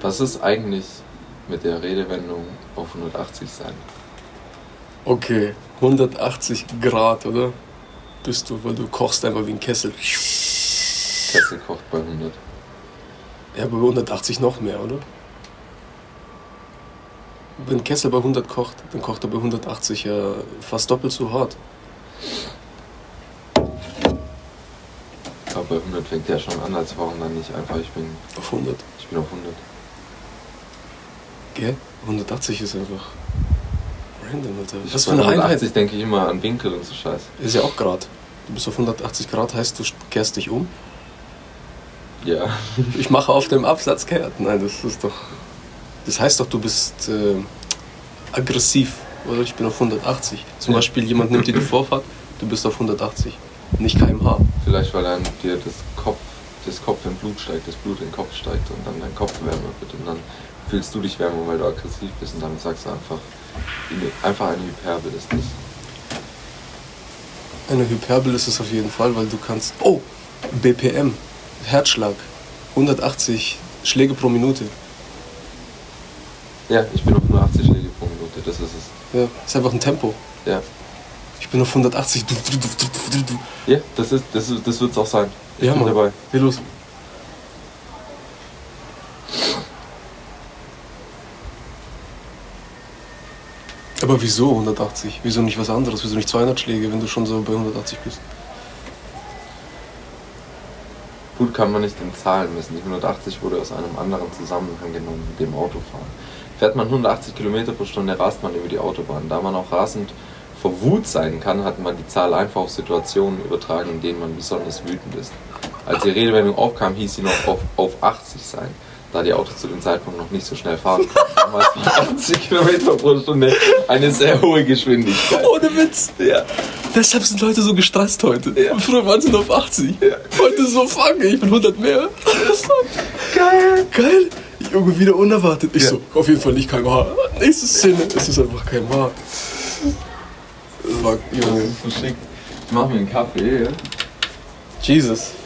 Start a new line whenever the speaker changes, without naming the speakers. Was ist eigentlich mit der Redewendung auf 180 sein?
Okay, 180 Grad, oder? Bist du, weil du kochst einfach wie ein Kessel.
Kessel kocht bei 100.
Ja, aber bei 180 noch mehr, oder? Wenn Kessel bei 100 kocht, dann kocht er bei 180 ja fast doppelt so hart.
Aber bei 100 fängt der schon an, als warum dann nicht einfach, ich bin,
Auf 100.
ich bin auf 100.
Gell? 180 ist einfach random, Alter.
Ich
Was für
bei
eine Einheit?
180 denke ich immer an Winkel und so Scheiß.
Ist ja auch Grad. Du bist auf 180 Grad, heißt du kehrst dich um.
Ja,
Ich mache auf dem Absatz kehrt. Nein, das ist doch. Das heißt doch, du bist äh, aggressiv. Oder ich bin auf 180. Zum
Ja.
Beispiel, jemand nimmt dir die Vorfahrt, du bist auf 180. Nicht kmh.
vielleicht weil dann dir das Kopf, das Kopf im Blut steigt, das Blut in den Kopf steigt und dann dein Kopf wärmer wird und dann fühlst du dich wärmer, weil du aggressiv bist und damit sagst du einfach, einfach eine Hyperbel ist das.
Eine Hyperbel ist es auf jeden Fall, weil du kannst. Oh! BPM. Herzschlag. 180 Schläge pro Minute.
Ja, ich bin auf 180 Schläge pro Minute, das ist es.
Ja, ist einfach ein Tempo.
Ja,
Ich bin auf 180.
ja das, ist, das, ist, das wird's auch sein. Ich
Ja,
bin
Mann.
dabei.
Geh los. Aber wieso 180? Wieso nicht was anderes? Wieso nicht 200 Schläge, wenn du schon so bei 180 bist?
Blut kann man nicht in Zahlen messen. Die 180 wurde aus einem anderen Zusammenhang genommen, dem Autofahren. Fährt man 180 km pro Stunde, rast man über die Autobahn. Da man auch rasend vor Wut sein kann, hat man die Zahl einfach auf Situationen übertragen, in denen man besonders wütend ist. Als die Redewendung aufkam, hieß sie noch auf, auf 80 sein, da die Autos zu dem Zeitpunkt noch nicht so schnell fahren konnten. Damals waren 80 km pro Stunde eine sehr hohe Geschwindigkeit.
Ohne Witz!
Ja.
Deshalb sind Leute so gestresst heute. Früher waren sie nur auf 80. Heute so, fuck, ich bin 100 mehr.
Geil!
Geil! Junge, wieder unerwartet. Ich
Ja.
so, auf jeden Fall nicht kein Haar. Nächste Szene, es ist einfach kein Haar. Fuck,
Das
Junge.
ist verschickt. Ich mach mir einen Kaffee. ja?
Jesus.